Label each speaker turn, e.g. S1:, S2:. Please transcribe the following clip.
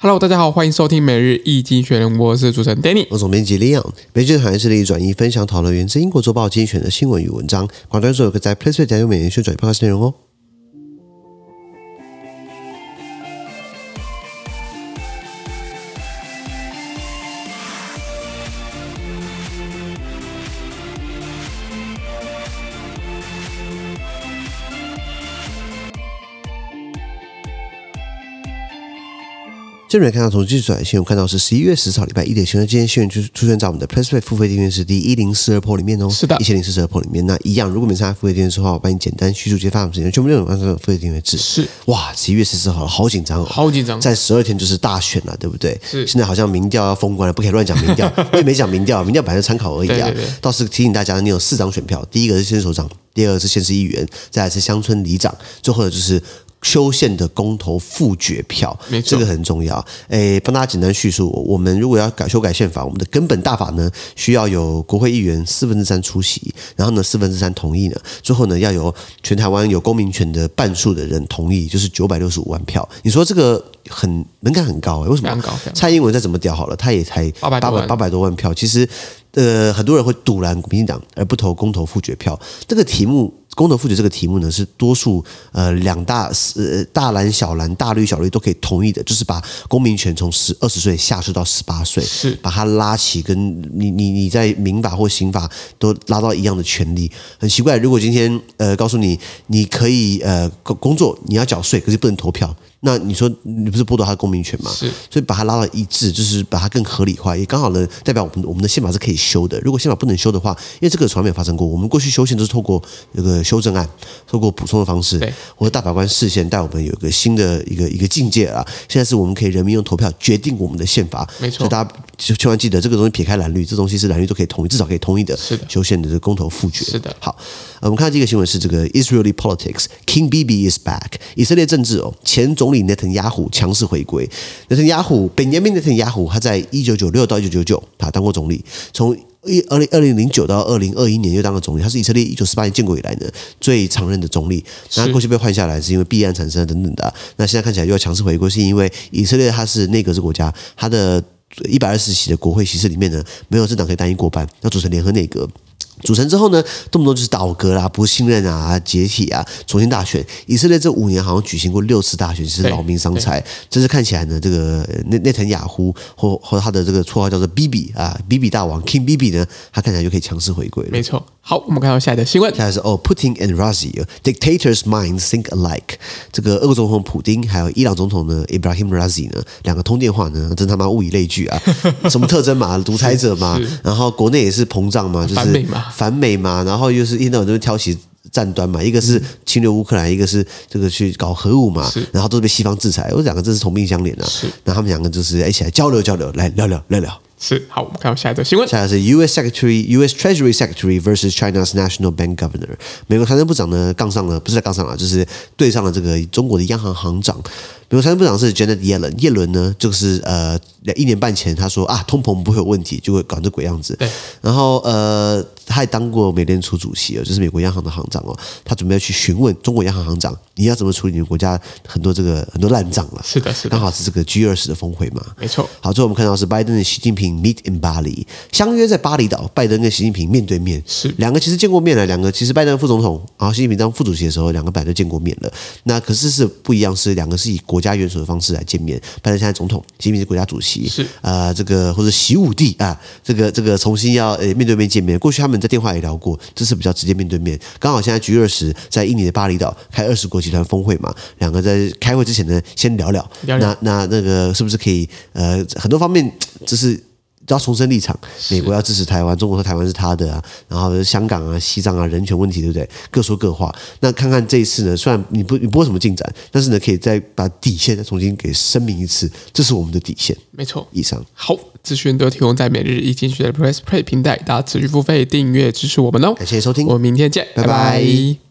S1: Hello，大家好，欢迎收听每日易经学人，我是主持人 Danny。
S2: 我总编辑 Leon，每日产业致力转移分享讨论源自英国《周报》精选的新闻与文章。广大观众有个在 Play 加入美元宣转 Podcast 内容哦。这边看到从记者来新闻，看到是十一月十号礼拜一的新闻。今天新闻就出现在我们的 Play 付费订阅是第一零四二 Pro 里面哦，
S1: 是的
S2: 一千零四十二 Pro 里面。那一样，如果没参加付费订阅的话，我帮你简单叙述揭发我们时间，全部内容按照付费订阅制。
S1: 是，
S2: 哇，十一月十四号了，好紧张哦。
S1: 好紧张，
S2: 在十二天就是大选了，对不对？
S1: 是
S2: 现在好像民调要封关了，不可以乱讲民调。我也没讲民调，民调本来就参考而已啊。
S1: 对对对
S2: 倒是提醒大家，你有四张选票，第一个是县首长，第二个是县市议员，再来是乡村里长，最后呢就是。修宪的公投复决票，
S1: 没错
S2: 这个很重要。诶，帮大家简单叙述，我们如果要改修改宪法，我们的根本大法呢，需要有国会议员四分之三出席，然后呢四分之三同意呢，最后呢要有全台湾有公民权的半数的人同意，就是九百六十五万票。你说这个很门槛很高诶，为什
S1: 非
S2: 么
S1: 常？高，非常高
S2: 蔡英文再怎么屌好了，他也才
S1: 800多
S2: 八
S1: 万
S2: 百八百多万票。其实，呃，很多人会堵拦民进党而不投公投复决票。这个题目，公投复决这个题目呢，是多数呃两大呃大蓝小蓝大绿小绿都可以同意的，就是把公民权从十二十岁下修到十八岁，
S1: 是
S2: 把它拉起跟你你你在民法或刑法都拉到一样的权利。很奇怪，如果今天呃告诉你你可以呃工工作，你要缴税，可是不能投票。那你说你不是剥夺他的公民权吗？
S1: 是
S2: 所以把它拉到一致，就是把它更合理化，也刚好呢代表我们我们的宪法是可以修的。如果宪法不能修的话，因为这个从来没有发生过，我们过去修宪都是透过这个修正案，透过补充的方式
S1: 对，
S2: 或者大法官视线带我们有一个新的一个一个境界啊。现在是我们可以人民用投票决定我们的宪法，
S1: 没错
S2: 所以大家就千万记得这个东西撇开蓝绿，这东西是蓝绿都可以同意，至少可以同意的。
S1: 是的
S2: 修宪的这个公投复决。
S1: 是的
S2: 好，呃我们看到第一个新闻是这个 Israeli politics King Bibi is back，以色列政治哦，前总理内藤雅虎强势回归。内藤雅虎，本杰明内藤雅虎，他在一九九六到一九九九，他当过总理，从一二零二零零九到二零二一年又当了总理，他是以色列一九四八年建国以来呢最常任的总理。那过去被换下来是因为弊案产生等等的啊、那现在看起来又要强势回归，是因为以色列它是内阁制国家，它的一百二十席的国会席次里面呢，没有政党可以单一过半，要组成联合内阁。组成之后呢，动不动就是倒戈啦、不信任啊、解体啊、重新大选。以色列这五年好像举行过六次大选，是
S1: 对
S2: 劳民伤财。这次看起来呢，这个呃内内藤雅胡或或他的这个绰号叫做 BB 啊，BB 大王 King BB 呢，他看起来就可以强势回归了
S1: 没。错。好，我们看到下一则新闻。
S2: 接下来是哦，Putin and Razi dictators' minds think alike。这个俄国总统普丁还有伊朗总统呢 Ibrahim Razi 呢，两个通电话呢，真他妈物以类聚 啊！什么特征嘛，独裁者嘛，然后国内也是膨胀嘛，就是
S1: 反美嘛
S2: 反美嘛，然后又是印度这边挑起。战端嘛，一个是侵略乌克兰，一个是这个去搞核武嘛
S1: 嗯是，
S2: 然后都是被西方制裁，我两个真是同病相怜啊
S1: 是。
S2: 那他们两个就是哎一起来交流交流，来聊聊聊聊。
S1: 是，好，我们看到下一则新闻。
S2: 下来是 U.S. Secretary U.S. Treasury Secretary versus China's National Bank Governor。美国财政部长呢杠上了，不是在杠上了，就是对上了这个中国的央行行长。美国财政部长是 Janet Yellen，耶伦呢就是呃一年半前他说啊通膨不会有问题，就会搞这鬼样子。
S1: 对，
S2: 然后呃他还当过美联储主席哦，就是美国央行的行长哦，他准备要去询问中国央行行长你要怎么处理你们国家很多这个很多烂账了。
S1: 是的，是
S2: 刚
S1: 的，
S2: 好是这个 G 二十的峰会嘛。
S1: 没错，
S2: 好，最后我们看到是拜登的习近平 meet in Bali，相约在巴厘岛，拜登跟习近平面对面。
S1: 是
S2: 两个其实见过面了，两个其实拜登副总统，然后习近平当副主席的时候，两个本来就见过面了。那可是是不一样，是两个是以国家元首的方式来见面。拜登现在总统，习近平是国家主席，
S1: 是
S2: 呃，这个或者习武帝啊，这个这个重新要呃面对面见面。过去他们在电话也聊过，这次比较直接面对面。刚好现在 G 二十在印尼的巴厘岛开二十国集团峰会嘛，两个在开会之前呢，先聊聊。
S1: 聊聊
S2: 那啊那那个是不是可以呃很多方面就是。要重申立场，美国要支持台湾，中国说台湾是他的啊，然后香港啊、西藏啊、人权问题，对不对？各说各话。那看看这一次呢，虽然你不你不会有什么进展，但是呢，可以再把底线再重新给声明一次，这是我们的底线。
S1: 没错。
S2: 以上。
S1: 好，资讯都提供在每日易经学的 Press Play 平台，大家持续付费订阅支持我们哦。
S2: 感谢收听
S1: 我们明天见，
S2: 拜拜
S1: 拜